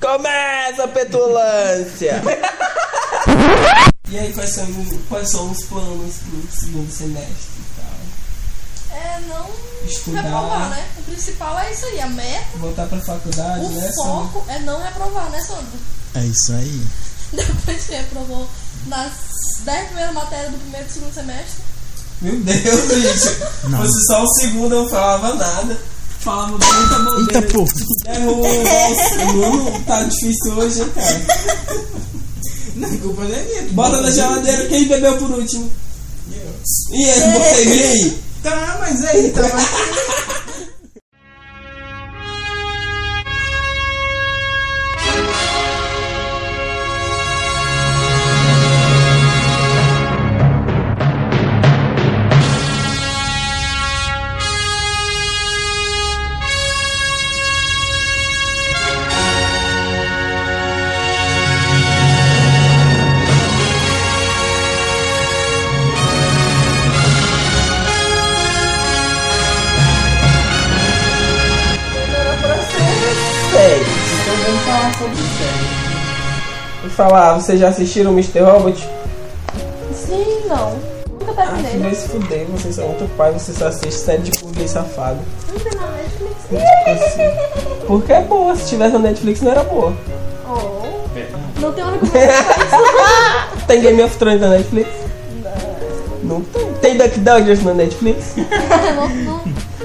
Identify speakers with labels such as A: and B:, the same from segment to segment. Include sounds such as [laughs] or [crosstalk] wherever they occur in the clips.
A: Começa a petulância!
B: E aí, quais são, quais são os planos pro segundo semestre e tal?
C: É não
B: Estudar.
C: reprovar, né? O principal é isso aí, a meta.
B: Voltar pra faculdade,
C: O
B: né? Sandra?
C: foco é não reprovar, né, Sandra? [laughs]
D: É isso aí.
C: Depois que reprovou nas 10 primeiras matérias do primeiro e do segundo semestre.
B: Meu Deus, gente.
D: Não.
B: Fosse só o segundo, eu não falava nada. Falava muita bobeira. É
D: Eita, pô.
B: Errou, nossa, mano, tá difícil hoje, hein, cara.
E: Não, a culpa não é minha.
B: Bota na geladeira quem bebeu por último.
E: Eu.
B: E aí, botei gay.
E: Tá, mas aí, tá, mas...
B: Séries. Então vamos falar sobre séries. Vou falar, vocês já assistiram Mr. Robot?
C: Sim, não. Nunca né?
B: Ah, que vai se fuder, vocês são outro pai, vocês só assistem série de burguês safado.
C: Não tem na Netflix.
B: Assim. Porque é tá assim? boa, se tivesse na Netflix não era boa.
C: [laughs] Oh. Não tem uma recomendação.
B: Tem Game of Thrones na Netflix? Não. tem. Tem Duck Dodgers na Netflix?
C: né? não, não,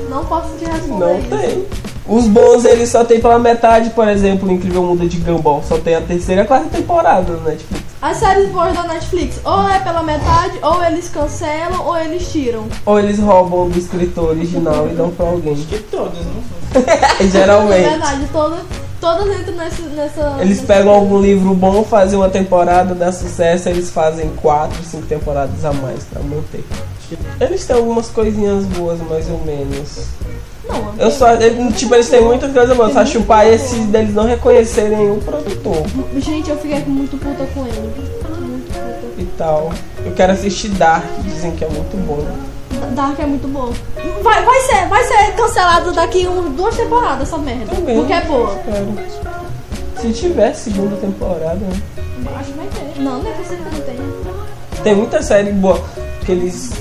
C: não posso te responder.
B: Não
C: isso.
B: tem. Os bons eles só tem pela metade, por exemplo, o Incrível Mundo de Gumball. Só tem a terceira e a quarta temporada na Netflix.
C: As séries boas da Netflix, ou é pela metade, ou eles cancelam, ou eles tiram.
B: Ou eles roubam do escritor original e dão pra alguém.
E: Que todas, não foi?
C: É
B: [laughs] Geralmente.
C: verdade, todas, todas entram nessa. nessa
B: Eles
C: nessa-
B: pegam algum livro bom, fazem uma temporada, dá sucesso, eles fazem quatro, cinco temporadas a mais pra manter. Eles têm algumas coisinhas boas, mais ou menos.
C: Não,
B: Eu só. ele- tipo, eles têm muita coisa boa, só chupar esse deles não reconhecerem o produtor
C: Gente, eu fiquei muito puta com ele. Muito puta.
B: e tal. Eu quero assistir Dark, dizem que é muito bom.
C: Dark é muito bom. Vai, vai, ser, vai ser cancelado daqui um, duas temporadas essa merda.
B: Também.
C: Porque é boa.
B: Espero. Se tiver segunda temporada, né?
C: Acho que vai ter. Não, não é possível que não tenha.
B: Tem muita série boa que eles.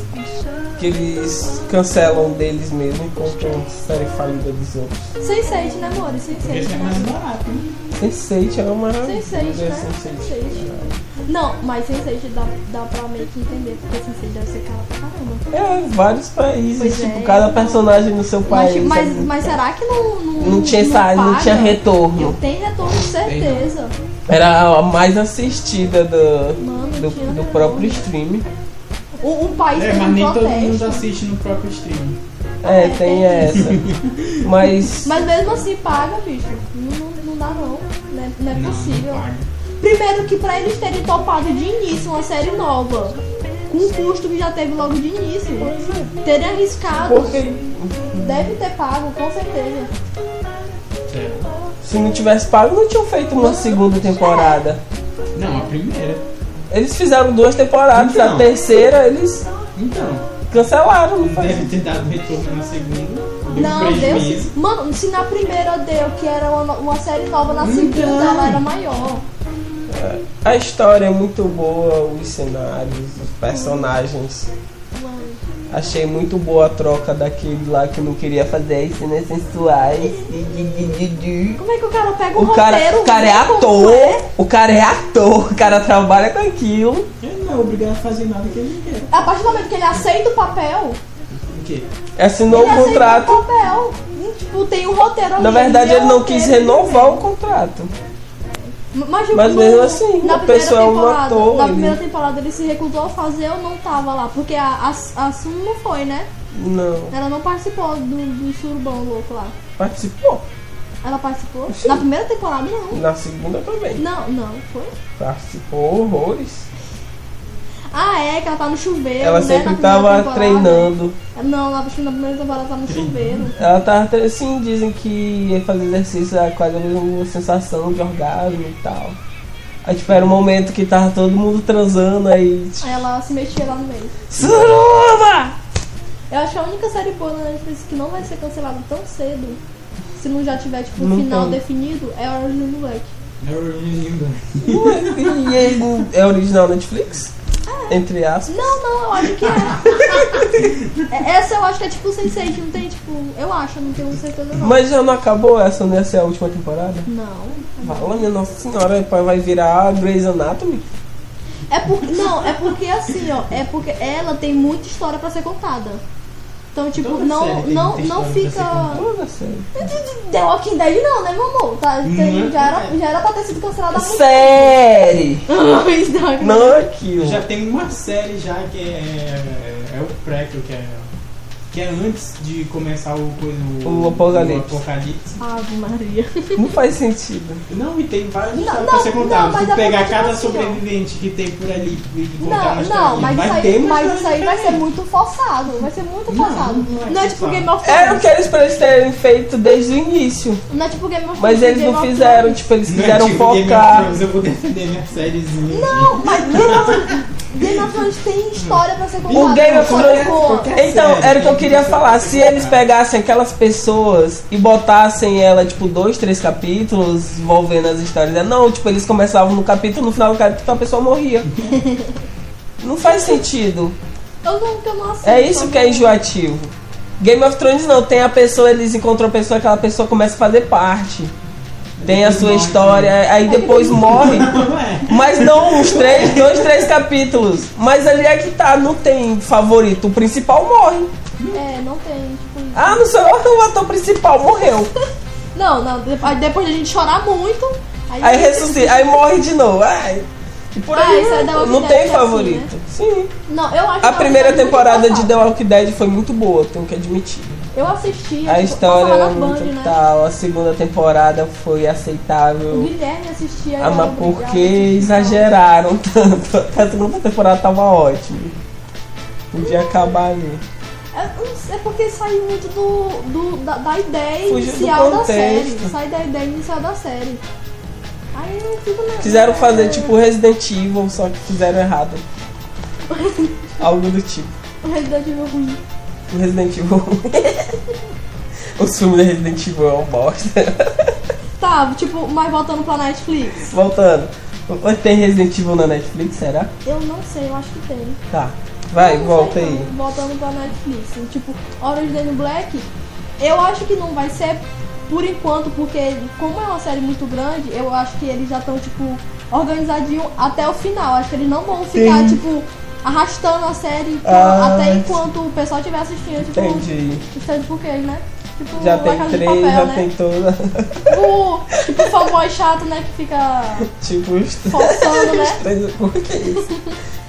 B: que eles cancelam deles mesmo e compram série falida dos outros.
C: Sense8, né, amor? Sense8.
E: Esse é mais
C: Né?
E: barato, hein?
B: Sense8 era é uma.
C: Sense8,
B: é
C: né?
B: Sense8.
C: Sense8. Não, mas Sense8 dá, dá pra meio que entender, porque Sense8 deve ser cara pra caramba.
B: É, vários países,
C: Pois
B: tipo,
C: é.
B: cada personagem no seu
C: Mas,
B: país.
C: mas,
B: sabe?
C: mas será que não. Não,
B: não tinha essa, não
C: paga?
B: tinha retorno.
C: Não tem retorno, certeza.
B: Era a mais assistida do,
C: Mano,
B: do,
C: tinha
B: do
C: não.
B: próprio stream.
C: O, o país
E: É,
C: tem
E: mas
C: um
E: nem todo mundo
C: protesto.
E: assiste no próprio stream.
B: É, tem essa. Mas.
C: Mas mesmo assim paga, bicho. Não, não- não dá não. Não é, não é possível.
E: Não, paga.
C: Primeiro que pra eles terem topado de início uma série nova. Com o custo que já teve logo de início. Terem arriscado.
B: Porque
C: Deve ter pago, com certeza.
E: Sério.
B: se não tivesse pago, não tinham feito uma segunda temporada.
E: Não, a primeira.
B: Eles fizeram duas temporadas, a
E: Então.
B: terceira eles
E: Então,
B: cancelaram, não foi?
E: deve ter dado retorno na segunda. Deu um
C: Não,
E: prejuízo.
C: Deus. Mano, se na primeira deu que era uma, uma série nova, na segunda
E: Então.
C: ela era maior.
B: A história é muito boa, os cenários, os personagens.
C: Mano.
B: Achei muito boa a troca daquele lá que não queria fazer cenas sensuais.
C: Como é que o cara pega um
B: O cara,
C: roteiro?
B: o cara é
C: muito
B: ator,
C: completo?
B: o cara é ator, o cara trabalha com aquilo.
E: Ele não é obrigado a fazer nada que ele não quer.
C: A partir do momento que ele aceita o papel,
E: O quê?
B: Assinou
C: ele
B: o contrato.
C: aceita o papel. Hum, Tipo, tem um roteiro ali.
B: Na verdade,
C: lê
B: ele
C: o
B: não
C: roteiro
B: quis
C: e
B: renovar o
C: vem.
B: contrato.
C: Mas, tipo,
B: Mas
C: no-
B: mesmo assim,
C: na
B: a
C: primeira
B: pessoa é um
C: temporada-
B: ator,
C: Na
B: ele-
C: primeira temporada ele se recusou a fazer, eu não tava lá. Porque a, a, a Sun não foi, né?
B: Não.
C: Ela não participou do, do surubão louco lá.
B: Participou.
C: Ela participou?
B: Sim.
C: Na primeira temporada, não.
B: Na segunda também.
C: Não, não, foi?
B: Participou horrores.
C: Ah, é, que ela tá no chuveiro.
B: Ela
C: né,
B: sempre
C: na primeira
B: tava
C: temporada.
B: treinando.
C: Não, na, acho que na primeira temporada ela tá no chuveiro.
B: Ela tava tre- assim, dizem que fazer exercício é quase a mesma sensação de orgasmo e tal. Aí tipo, era um momento que tava todo mundo transando aí. Tipo,
C: Aí ela se mexia lá no meio.
B: Suruba!
C: Eu acho que a única série boa da Netflix que não vai ser cancelada tão cedo, se não já tiver, tipo,
B: Não
C: um final
B: tem.
C: definido, é Orange is the New Black.
E: É o Linda.
B: E ele é original Netflix? Entre aspas.
C: Não, não, eu acho que é. É, Essa eu acho que é tipo Sense8, não tem tipo. Eu acho, eu não tenho certeza não.
B: Mas já não acabou essa, né? Essa é a última temporada?
C: Não.
B: Fala, minha nossa senhora, pai, vai virar Grey's Anatomy?
C: É porque. Não, é porque assim, ó. É porque ela tem muita história pra ser contada. Então, tipo,
E: Toda série
C: não,
E: é tem
C: não,
E: muita
C: não
E: história pra ser
C: fica.
B: Toda série.
C: The Walking Dead não, né, meu amor? Tá,
E: é
C: tem- já, era, já era pra ter sido cancelada há muito
B: Série!
C: tempo.
B: [laughs] Não é aquilo.
E: Já tem uma série já que é, é, é o préquel, que é, que é antes de começar o coisa
B: O Apocalipse.
E: o Apocalipse.
C: Ave Maria.
B: Não faz sentido.
E: Não, e tem várias
C: Não,
E: histórias
C: não,
E: pra ser contada.
C: não, mas
E: Se tu
C: é porque,
E: pegar
C: tipo
E: cada
C: assim, ó.
E: sobrevivente que tem por ali e contar uma
C: Não,
E: historinha,
C: não, mas
E: vai
C: isso
E: ter
C: aí,
E: uma
C: mas isso
E: história
C: aí vai ser
E: diferente.
C: muito forçado. Vai ser muito
E: Não,
C: forçado.
E: não
C: Não,
E: é
C: é tipo
E: forçado.
C: Game of
B: Era o
C: Thrones.
B: que eles pra eles terem feito desde o início.
C: Não é tipo Game of Thrones.
B: Mas eles
C: Game
B: não
C: of
B: fizeram,
C: Thrones.
B: tipo, eles
E: Não é
B: quiseram
E: tipo Game of
B: focar.
E: Thrones, eu vou defender minha sériezinha.
C: Não, mas Game of Thrones- Game of Thrones tem história pra ser contada.
B: O Game
C: não
B: of
C: foi
B: Thrones-
C: boa.
B: Então,
E: série,
B: era o que eu
E: tem
B: queria
E: que ser
B: falar. Se eles
E: focado.
B: pegassem aquelas pessoas e botassem ela, tipo, dois, três capítulos envolvendo as histórias. né? Não, tipo, eles começavam no capítulo, no final do capítulo a pessoa [laughs] morria. Não faz sentido.
C: Eu não, que eu não assisto,
B: É isso que é
C: eu não-
B: enjoativo. Game of Thrones não, tem a pessoa, eles encontram a pessoa, aquela pessoa começa a fazer parte. Tem a sua
E: Morre.
B: história, aí depois morre. [laughs]
E: Não é.
B: Mas não uns três, dois, três capítulos. Mas ali é que tá, não tem favorito. O principal morre.
C: É, não tem, tipo.
B: Ah, não sei, olha o ator principal morreu.
C: Não, não, de- aí depois de a gente chorar muito. Aí,
B: Aí ressuscita, aí morre de novo. Ai. E por
C: Ah,
B: aí
C: isso é da Walking
B: não
C: Dead,
B: tem
C: que é assim,
B: favorito. Sim.
C: Não, eu acho
B: A
C: que
B: primeira
C: foi é muito
B: temporada de
C: engraçado.
B: The Walking Dead foi muito boa, tenho que admitir.
C: Eu assisti,
B: A
C: tipo,
B: história
C: passava
B: era
C: na
B: muito
C: Band, né?
B: tal, a segunda temporada foi
C: O
B: aceitável.
C: Guilherme assistia.
B: Ah,
C: eu
B: mas
C: era
B: porque
C: obrigada, tipo,
B: exageraram [laughs] tanto? A segunda temporada tava ótima. Podia acabar ali.
C: É, eu não sei, é porque saiu muito do, do- da, da ideia
B: Fugiu do
C: inicial da
B: contexto.
C: série. Sai da ideia inicial da série. Aí eu fico na. É.
B: Quiseram fazer tipo Resident Evil, só que fizeram errado. Algo do tipo.
C: O Resident Evil ruim.
B: O Resident Evil. um. [laughs] Os filmes da Resident Evil é uma bosta. [laughs]
C: Tá, tipo, mas voltando pra Netflix.
B: Voltando. Tem Resident Evil na Netflix, será?
C: Eu não sei, eu acho que tem.
B: Tá. Vai,
C: Não sei,
B: volta
C: não.
B: aí.
C: Voltando pra Netflix. Tipo, Orange Daniel Black, eu acho que não vai ser por enquanto, porque como é uma série muito grande, eu acho que eles já estão, tipo, organizadinho até o final. Acho que eles não vão ficar,
B: Sim.
C: tipo, arrastando a série pra-
B: Ah,
C: até
B: sim.
C: enquanto o pessoal estiver assistindo, tipo,
B: Entendi.
C: Stand por quê, né? Tipo,
B: Já
C: La
B: tem
C: Casa de
B: três,
C: papel,
B: já
C: né?
B: tem toda. [laughs]
C: O, tipo, o fanboy chato, né? Que fica
B: tipo, os
C: forçando, né?
B: três. Por que isso?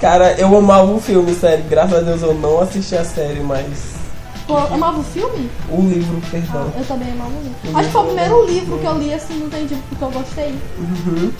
B: Cara, eu amava o filme, sério. Graças a Deus eu não assisti a série, mas.
C: Pô, eu amava o filme?
B: O livro, perdão.
C: Ah, eu também amava o livro. Acho que foi o primeiro livro que eu li assim, não tem tipo, porque eu gostei.
B: Uhum.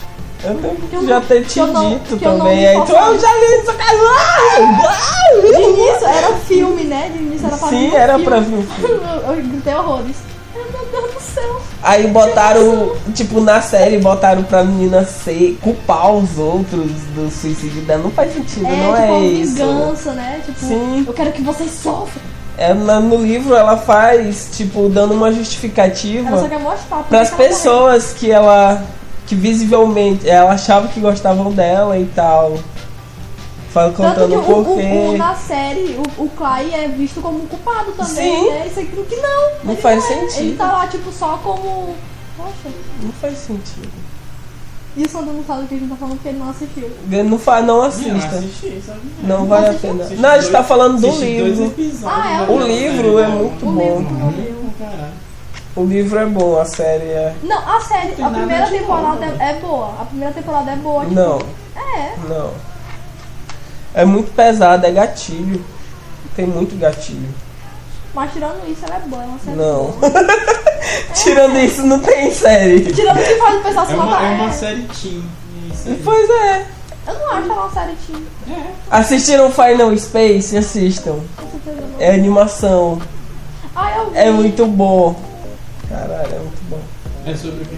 B: Eu
C: Que eu
B: tenho, já
C: não-
B: ter
C: que
B: te
C: eu não-
B: dito
C: que eu não me
B: também. Aí tu,
C: conformo.
B: eu já li isso, cara. Uau!
C: De início era filme, né? De início era pra
B: Sim,
C: ver um
B: era
C: filme.
B: pra ver um filme.
C: [laughs] Eu, eu gritei horrores. Ai, Meu Deus do céu.
B: Aí botaram, tipo, na série, botaram pra menina ser, culpar os outros do suicídio dela. Não faz sentido,
C: É,
B: não
C: tipo,
B: é
C: uma
B: isso.
C: vingança, né? Tipo,
B: Sim.
C: eu quero que vocês sofram.
B: É, na- no livro ela faz, tipo, dando uma
C: Ela só
B: justificativa
C: quer mostrar. por
B: pras
C: que que ela é.
B: pessoas que ela, que visivelmente, ela achava que gostavam dela e tal. Fala
C: morreu. Tanto
B: contando
C: que o,
B: o porquê.
C: o, o, na série, o, o Clay é visto como culpado também,
B: Sim.
C: né? Isso aquilo que não.
B: Não
C: ele
B: faz
C: é. Ele
B: sentido.
C: tá lá, tipo, só como. Poxa,
B: Não faz sentido.
C: isso eu não sabe o que a gente tá falando porque ele não assistiu.
B: Não, fa, não
E: Eu
B: assista.
E: assisti, sabe?
B: Não vale a pena. Não, a gente tá falando do
E: Assisti dois
B: livro.
E: episódios, né?
C: Ah, é?
E: mas
B: O
E: não
B: livro
E: sei,
B: é
E: não.
B: muito
C: O
B: bom.
C: livro não leu.
E: Caralho.
B: O livro é bom, a série é.
C: Não, a série,
E: tem
C: a
E: nada
C: primeira
E: de né?
C: temporada
E: novo,
C: é, é boa. A primeira temporada é boa. tipo,
B: Não,
C: É.
B: não. É muito pesado, é gatilho. Tem muito gatilho.
C: Mas tirando isso, ela é boa. É uma série
B: Não.
C: boa.
B: [laughs] Tirando isso, não tem série.
C: Tirando que faz o pessoal se
E: É uma,
C: matar.
E: é uma
C: é.
E: série teen. é isso aí.
B: Pois é.
C: Eu não acho ela uma série teen.
E: É.
B: Assistiram Final Space? Assistam.
C: Com certeza não.
B: É animação.
C: Ah, eu vi.
B: É muito bom. Caralho, é muito bom.
E: É sobre o quê?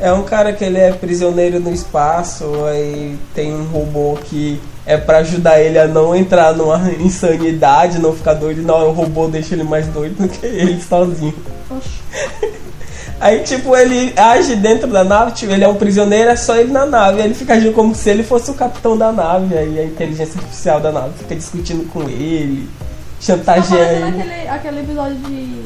B: É um cara que ele é prisioneiro no espaço, aí tem um robô que é pra ajudar ele a não entrar numa [laughs] insanidade, [laughs] não ficar doido. Não, o robô deixa ele mais doido do que ele sozinho.
C: Oxi.
B: Aí, tipo, ele age dentro da nave, tipo, ele é um prisioneiro, é só ele na nave. Aí ele fica agindo como se ele fosse o capitão da nave. Aí a inteligência artificial da nave fica discutindo com ele,
C: Tá
B: chantageia ele.
C: parecendo aquele, aquele episódio de.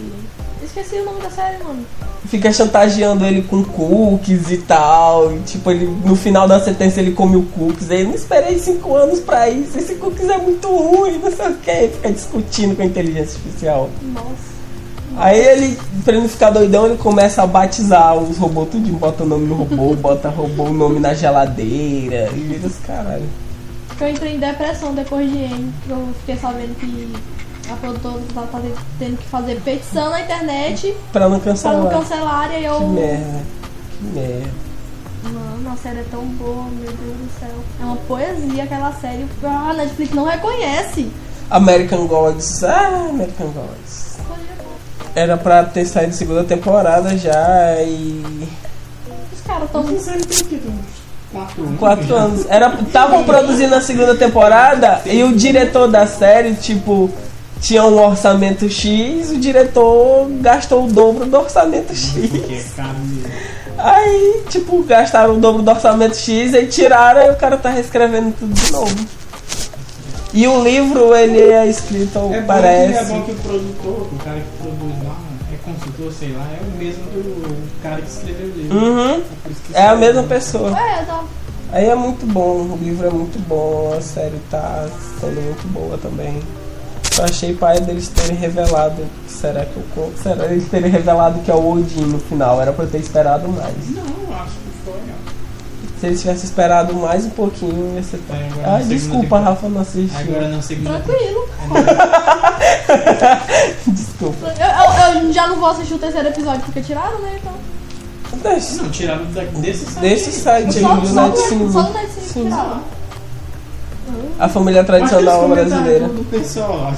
C: Esqueci o nome da série, mano.
B: Fica chantageando ele com cookies e tal. E, tipo, ele, no final da sentença ele come o cookies. Aí, não esperei cinco anos pra isso. Esse cookies é muito ruim, não sei o que. Ele fica discutindo com a inteligência artificial.
C: Nossa.
B: Aí ele, pra ele não ficar doidão, ele começa a batizar os robôs, tudo bota o nome no robô, [laughs] bota robô o nome na geladeira, e vira os caralho.
C: Que eu entrei em depressão depois de M, que eu fiquei sabendo que a produtora tá, tá tendo que fazer petição na internet
B: Pra não
C: pra não
B: cancelar.
C: cancelar e
B: Que
C: eu.
B: merda, que merda.
C: Mano, a série é tão boa, meu Deus do céu. É uma poesia aquela série. Ah, a Netflix não reconhece.
B: American Gods, ah, American Gods. Era pra ter saído segunda temporada já e.
C: Os caras estão.
E: Essa série tem o quê? Tem uns quatro anos.
B: Quatro
E: já.
B: anos. Era, estavam produzindo a segunda temporada e o diretor da série, tipo, tinha um orçamento X, o diretor gastou o dobro do orçamento X.
E: Porque é caro mesmo.
B: Aí, tipo, gastaram o dobro do orçamento X e tiraram e o cara tá reescrevendo tudo de novo. E o livro, ele é escrito,
E: É bom, que, é
B: parece.
E: bom que o produtor, o cara que produz lá, é consultor, sei lá, é o mesmo do cara que escreveu o livro.
B: Uhum,
E: Por isso que
B: é a
E: saiu.
B: mesma pessoa.
C: É, tá.
B: Aí é muito bom, o livro é muito bom, a série tá sendo muito boa também. Só achei pai deles terem revelado. Será que eu conto? Será eles terem revelado que é o Odin no final? Era pra eu ter esperado mais.
E: Não, acho que foi, ó.
B: Se eles tivessem esperado mais um pouquinho, ia ser.
E: Aí Tá, agora na
B: Ah,
E: segunda
B: desculpa,
E: temporada-
B: Rafa, não assistiu.
E: Agora na segunda
C: Tranquilo.
B: [laughs] Desculpa.
C: Eu, eu- eu já não vou assistir o terceiro episódio porque tiraram, né? Então.
B: Desse,
E: Não, tiraram da- desse site.
B: desse
E: aí.
B: site
C: Só,
B: aí,
C: só,
B: do
C: do-
B: Night
C: só do
B: Cinema.
C: Night Cinema
B: Sim.
C: que tiraram.
B: A família tradicional
E: Aqueles comentários
B: brasileira.
E: Do pessoal,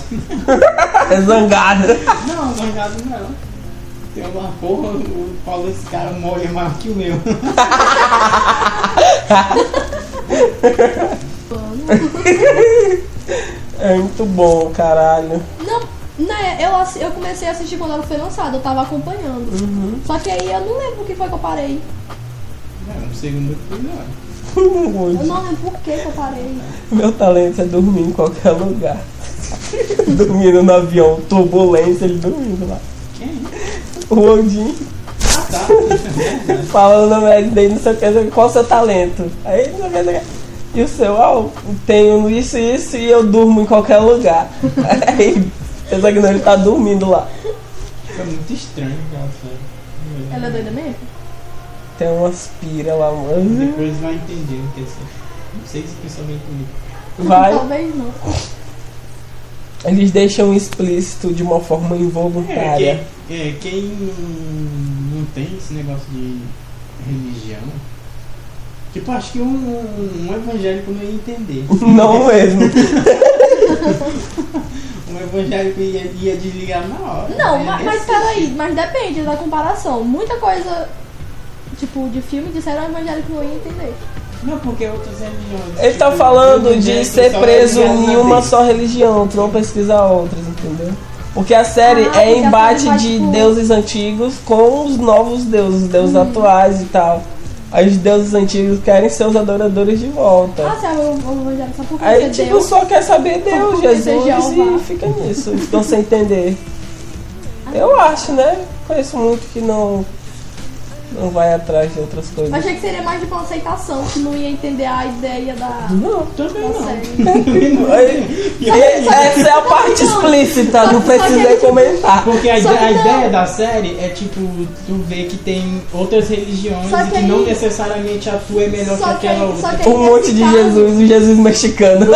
B: É zangada.
E: ó. Não, zangado não. Tem uma porra, o Paulo, esse cara morre mais que o meu. É,
B: É muito bom, caralho. [laughs]
C: Não, né, eu, assi- eu comecei a assistir quando ela foi lançada, eu tava acompanhando.
B: Uhum.
C: Só que aí eu não lembro o que foi que eu parei.
E: Não, no segundo episódio.
C: Eu
B: Muito.
C: não lembro por que que eu parei.
B: Meu talento é dormir em qualquer lugar. [laughs] dormindo no avião, turbulência, ele dormindo lá.
E: Quem?
B: O Odin
E: Ah, tá.
B: falando o nome dele, não sei o que, qual o seu talento? Aí ele não quer E o seu, ah, eu tenho isso e isso e eu durmo em qualquer lugar. [laughs] Aí, pensa que não, ele tá dormindo lá.
E: Foi muito estranho aquela série.
C: Ela é doida mesmo?
B: Tem umas pira lá, mano.
E: Depois vai entender o que é isso. Não sei se o pessoal vai entender.
B: Vai.
C: Talvez não.
B: Eles deixam explícito de uma forma
E: É,
B: involuntária.
E: quem, é, quem não tem esse negócio de religião. Tipo, acho que um, um evangélico não ia entender.
B: Não mesmo.
E: Um evangélico ia, ia desligar na hora.
C: Não,
E: Ia
C: mas, mas
E: descer.
C: peraí, mas depende da comparação. Muita coisa, tipo, de filme disseram evangélico não ia entender.
E: Não, porque outras religiões.
B: Ele tá
E: tipo,
B: falando de
E: evangélico
B: ser
E: só é
B: preso
E: ligado na
B: em uma
E: vez.
B: só religião, tu não pesquisa outras, entendeu? Porque a série
C: Ah, porque a
B: é
C: série
B: embate
C: vai,
B: de
C: tipo- Uhum.
B: deuses antigos com os novos deuses, os deuses atuais e tal. Aí os deuses antigos querem seus adoradores de volta.
C: Ah, se é o o evangélico só porque
B: Aí,
C: é
B: tipo,
C: Deus.
B: só quer saber
C: Por
B: Deus,
C: que você
B: Jesus,
C: Jeová? Ah.
B: e fica nisso. Estão sem entender. Eu acho, né? Conheço muito que não, não vai atrás de outras coisas.
C: Achei que seria mais de uma aceitação, que não ia entender a ideia da,
B: Não.
E: Também
C: da
E: não.
C: série.
E: Também não.
B: E
E: E aí-
B: Essa é a parte explícita, não precisei comentar.
E: [laughs] Porque a,
C: Só
E: ide-
C: que
E: a
C: não.
E: ideia da série é tipo, tu vê que tem outras religiões
C: Só
E: e
C: que
E: que não
C: aí-
E: necessariamente a tua é melhor que
C: Só que,
E: aquela
C: só
E: outra.
C: que
B: Um
C: aí,
B: monte de
C: nesse caso-
B: Jesus, o Jesus [laughs] mexicano.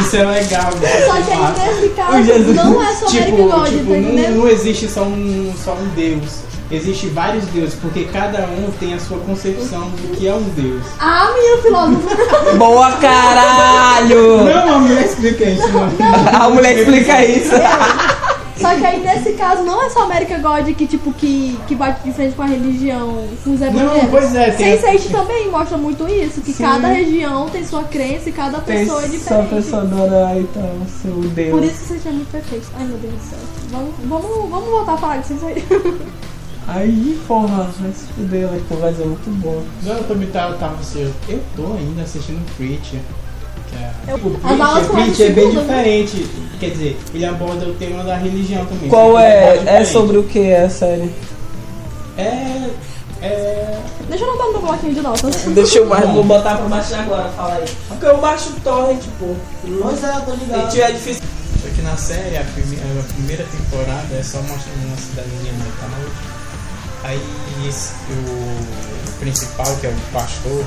E: Isso é legal, velho.
C: Só que aí, nesse
B: O Jesus.
C: caso, não é só American
E: Ah. Tipo,
C: God,
E: tipo
C: tá
E: não,
C: entendendo?
E: não existe só um, só um Deus. Existe vários deuses, porque cada um tem a sua concepção do que é um Deus.
C: Ah, menino filósofo.
B: Boa caralho!
E: Não, a mulher explica isso, mano.
B: A mulher explica isso.
C: Só que aí, nesse caso, não é só American God que, tipo, que, que bate de frente com a religião, com os evangélicos.
E: pois é, tem-
C: Sense8 também mostra muito isso, que cada região tem sua crença e cada pessoa é
B: só
C: diferente.
B: pessoa adorar então, seu
C: Por
B: Deus.
C: isso que você é muito perfeito. Ai, meu Deus do céu. Vamos, vamos, vamos voltar a falar disso aí. [laughs]
B: Aí, porra, vai se fuder, vai conversa é muito boa.
E: Não, eu também tava, tava assim, eu- eu tô ainda assistindo Preacher. que é-
F: Eu-
E: O
F: as aulas
E: Preacher,
F: começam
E: Preacher é bem
F: segunda, né?
E: diferente. Quer dizer, ele aborda o tema da religião também.
B: Qual
E: só que ele aborda
B: é? É
E: diferente.
B: sobre o que é a série?
E: É. É.
F: Deixa eu anotar no meu bloquinho de notas.
G: Deixa eu mais.
B: Vou botar pra baixo agora, fala aí. Porque eu baixo o torrent, pô.
H: Pois é, tô
B: Se
H: ligado.
B: tiver difícil.
E: Só que na série, a, prime- a primeira temporada é só mostrando uma cidadezinha no Itaú. Aí esse, o, o principal, que é o pastor,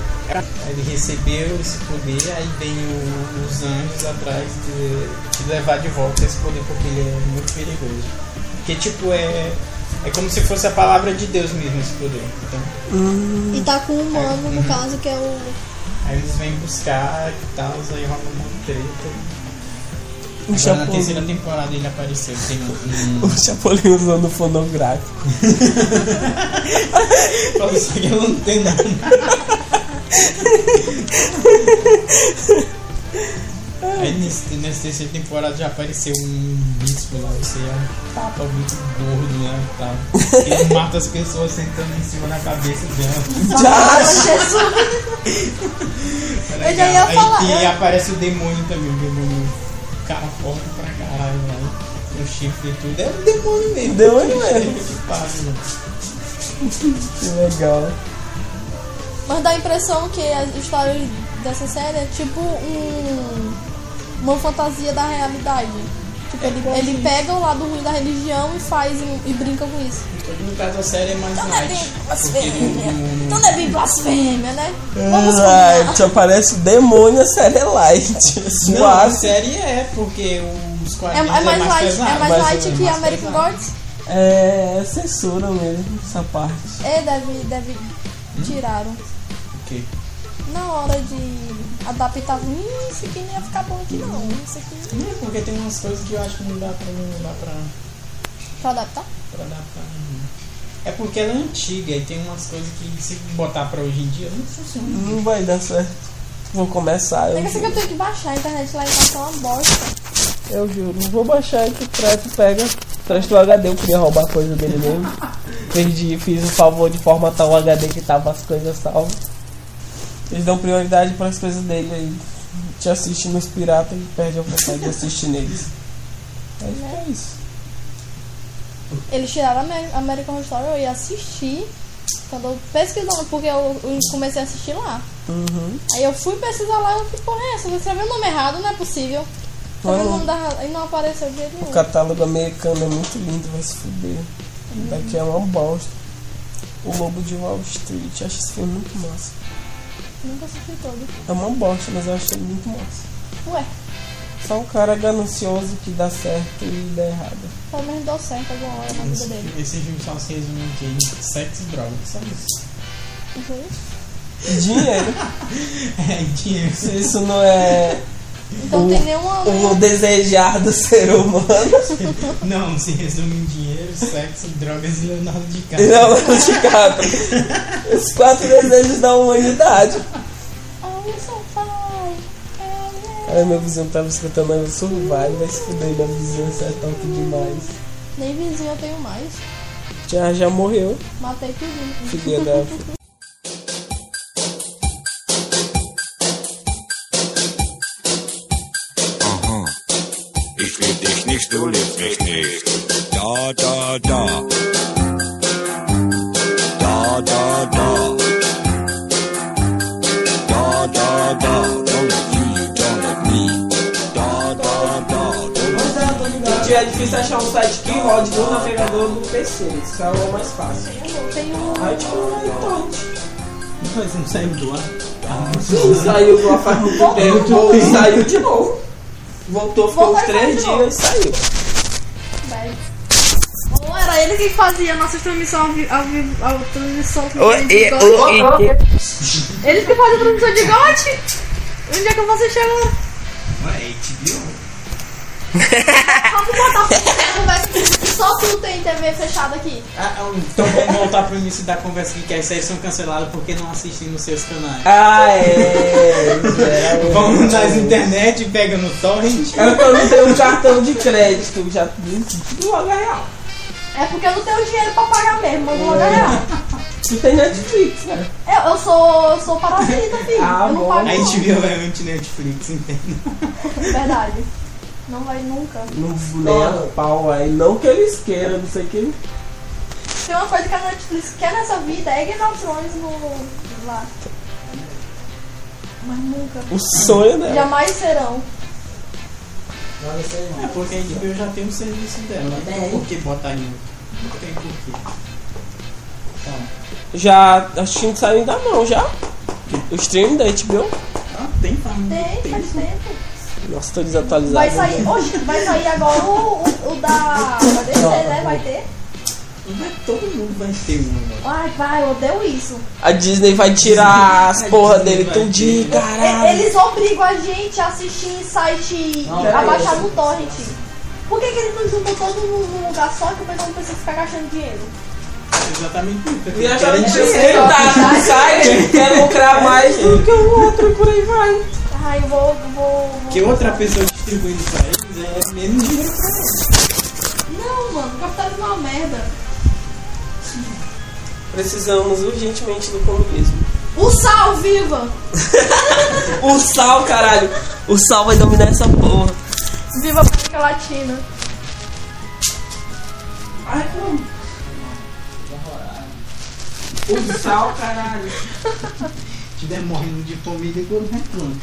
E: ele recebeu esse poder, aí vem o- os anjos atrás de, de levar de volta esse poder, porque ele é muito perigoso. Porque, tipo, é, é como se fosse a palavra de Deus mesmo esse poder. Então, É, uhum.
C: E tá com o humano, no caso, que é o.
E: aí eles vêm buscar e tal, aí rola uma treta.
B: O
E: Agora, na
B: Chapolin.
E: terceira temporada ele apareceu, tem um- um
B: O Chapolin usando o fonográfico.
E: Pra você que eu não tenho nada. Aí nesse- nessa terceira temporada já apareceu um bispo lá, você é um papa muito gordo lá e tal. Ele mata as pessoas sentando em cima da cabeça dela.
F: Eu já ia
E: Aí
F: falar,
E: que
F: eu-
E: aparece o demônio também, o demônio. O cara forte pra caralho lá. Com chifre e tudo. É o demônio mesmo.
B: Demônio mesmo.
E: Que passa, mano.
B: Que legal.
C: Mas dá a impressão que a história dessa série é tipo um. Uma fantasia da realidade. Tipo, ele, ele pega o lado ruim da religião e faz um- e brinca com isso.
E: No caso a série é mais
C: Então não é
E: light.
C: bem
E: Porque
C: blasfêmia.
E: no- no-
C: Então não é bem blasfêmia, né? Vamos combinar.
B: Light, aparece o demônio, a série é
C: [laughs]
B: light.
E: Não, a
B: Suave.
E: série é, porque os
C: É, é
E: quadrinhos
C: mais light,
E: pesado,
C: é mais
E: mas
C: light que
E: mais
C: American
E: pesado.
C: Gods.
B: É censura mesmo, essa parte.
C: É, deve, deve. Tiraram.
E: Ok.
C: Na hora de adaptar, hum, isso aqui não ia ficar bom aqui não. Isso aqui
E: Não, é porque tem umas coisas que eu acho que não dá pra, não dá pra,
C: pra adaptar.
E: pra adaptar. não. É porque ela é antiga e tem umas coisas que se botar pra hoje em dia não funciona.
B: Não vai dar certo. Vou começar, eu,
C: Tem que ser que eu tenho que baixar a internet lá e tá uma bosta.
B: eu juro. Vou baixar aqui, o Preto pega. Traz teu HD, eu queria roubar a coisa dele mesmo. Perdi, fiz o favor de formatar o HD que tava as coisas salvas. Eles dão prioridade pras coisas dele aí. Te assiste nos piratas e perde a vontade de assistir neles. Mas é isso.
C: Eles tiraram Amer- American Horror Story, eu ia assistir. Quando eu pesquisando, porque eu, eu comecei a assistir lá.
B: Uhum.
C: Aí eu fui pesquisar lá e que porra é essa? Eu escrevi o nome errado, não é possível. Escrevi o
B: um
C: nome da ra- e não apareceu de jeito
B: O
C: nenhum.
B: catálogo americano é muito lindo, vai se fuder. Daqui é uma bosta. O Lobo de Wall Street, acho esse filme muito massa.
C: Nunca assisti todo.
B: É uma bosta, mas eu achei muito massa.
C: Ué,
B: Só um cara ganancioso que dá certo e dá errado.
C: pelo menos deu certo alguma hora na vida
E: Esse,
C: dele.
E: esse filme só se resume em quê? Em sexo e droga, só isso. [laughs]
C: Não foi isso?
B: E dinheiro.
E: É, e dinheiro.
B: Se
C: [laughs]
B: isso não é
C: Então
B: O-
C: tem nenhuma.
B: o desejar do ser humano,
E: Não, se resume em dinheiro, sexo, drogas e [laughs] Leonardo DiCaprio.
B: não é o DiCaprio. Os quatro desejos da humanidade.
C: Olha só, Ah, pai. É, né? Olha.
B: Cara, meu vizinho tava escutando a Survive, vai se fuder, meu vizinho, isso é top demais.
C: Nem vizinho eu tenho mais.
B: Já, já morreu,
C: Matei tudo.
B: filha da
I: Aha. Ich lieb dich nicht, du liebst mich nicht. Da, da, da. Da, da, da. Da, da, da. Don't let you, you don't let me. Da, da, da. Don't let
H: Pois é, tô ligado.
B: É difícil achar um site que rode no navegador do PC, isso é o mais fácil.
C: Tem um.
B: Aí tipo, aí
E: Mas não saímos do ar.
G: Sim, saiu do ar faz muito tempo. Voltou, saiu de novo. Voltou, ficou
C: Voltou
G: uns
C: e
G: três
C: saiu de novo.
G: dias e saiu.
C: Ou era ele que fazia nossas transmissões ao vivo. Ao vivo ao transmissão que
G: Ô,
C: fazia de
G: e-
C: gote.
G: ô, e-
C: Ele que fazia a transmissão de gote. Onde é que você chegou?
E: Ué, HBO?
C: Vamos botar pra conversa é que só tu tem TV fechada aqui.
E: Ah, então vamos voltar pro início da conversa aqui, que as séries são canceladas porque não assistem nos seus canais.
B: Ah, [laughs] é.
E: Vamos nas internet e pega no torrent.
B: Cara, quando tem um cartão de crédito, já logo é real.
C: É porque eu não tenho dinheiro pra pagar mesmo, manda logo a real.
B: Tu tem Netflix, né? cara.
C: Eu, eu sou, eu sou parasita, filho.
B: Ah,
C: eu não
B: bom.
C: pago
E: A gente
C: não.
E: viu realmente Netflix, entende?
C: Verdade. Não vai nunca.
B: Não nem a pau aí. Não que eles queiram, não sei o que.
C: Tem uma coisa que a Netflix quer nessa vida é Game of Thrones no. lá. Mas nunca.
B: O sonho dela.
C: Jamais serão.
D: Não, não sei
E: É
D: não.
E: porque a HBO já tem um serviço dela. Não tem por que botar em outro. Não tem por quê.
B: Já. Acho que não saiu ainda não, já. O stream da HBO.
E: Ah, tem faz muito
C: Tem,
E: tempo.
C: faz tempo.
B: Nossa, tô desatualizado.
C: Vai sair. Hoje, vai sair agora o, o, o da. Vai ter, né? Vai ter.
E: Vai- é Todo mundo vai ter um agora.
C: Ai, vai, eu odeio isso.
B: A Disney vai tirar as
E: Disney
B: porra
E: vai
B: dele
E: ter.
B: tudinho,
C: E-
B: caralho.
C: Eles obrigam a gente a assistir em site
D: Não,
C: abaixado
D: peraí,
C: abaixar
D: eu-
C: no torrent. Por que, que eles não juntam todo mundo num lugar só que o pessoal não precisa ficar gastando dinheiro?
E: Exatamente isso.
A: E a
E: Querem
A: gente-
E: dizer-
B: Ele tá no site, quer lucrar mais do que o outro e por aí vai.
C: Ai, eu vou. vou, vou-
E: que outra pessoa distribuindo pra eles é menos dinheiro pra eles.
C: Não, mano, o capitalismo é uma merda.
B: Precisamos urgentemente do comunismo.
C: O sal, viva!
B: O sal, caralho. O sal vai dominar essa porra.
C: Viva a América Latina. [laughs]
A: Ai, como? O sal, caralho.
E: Se tiver morrendo de fome, depois reclama.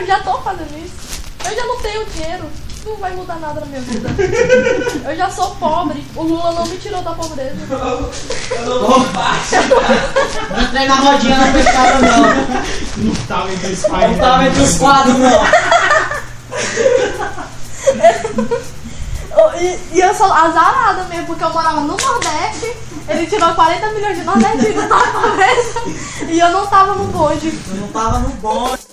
C: Eu já tô fazendo isso. Eu já não tenho dinheiro. Não vai mudar nada na minha vida. Eu já sou pobre. O Lula não me tirou da pobreza.
D: Não entrei na rodinha na pescada não.
E: [laughs] Não tava entre os
D: Eu
E: pais.
D: não tava entre os quadros não.
C: Eu- E, e eu sou azarada mesmo, porque eu morava no Nordeste. Ele tirou 40 milhões de nordestinos da pobreza. E eu não tava no bonde.
D: Eu não tava no bonde.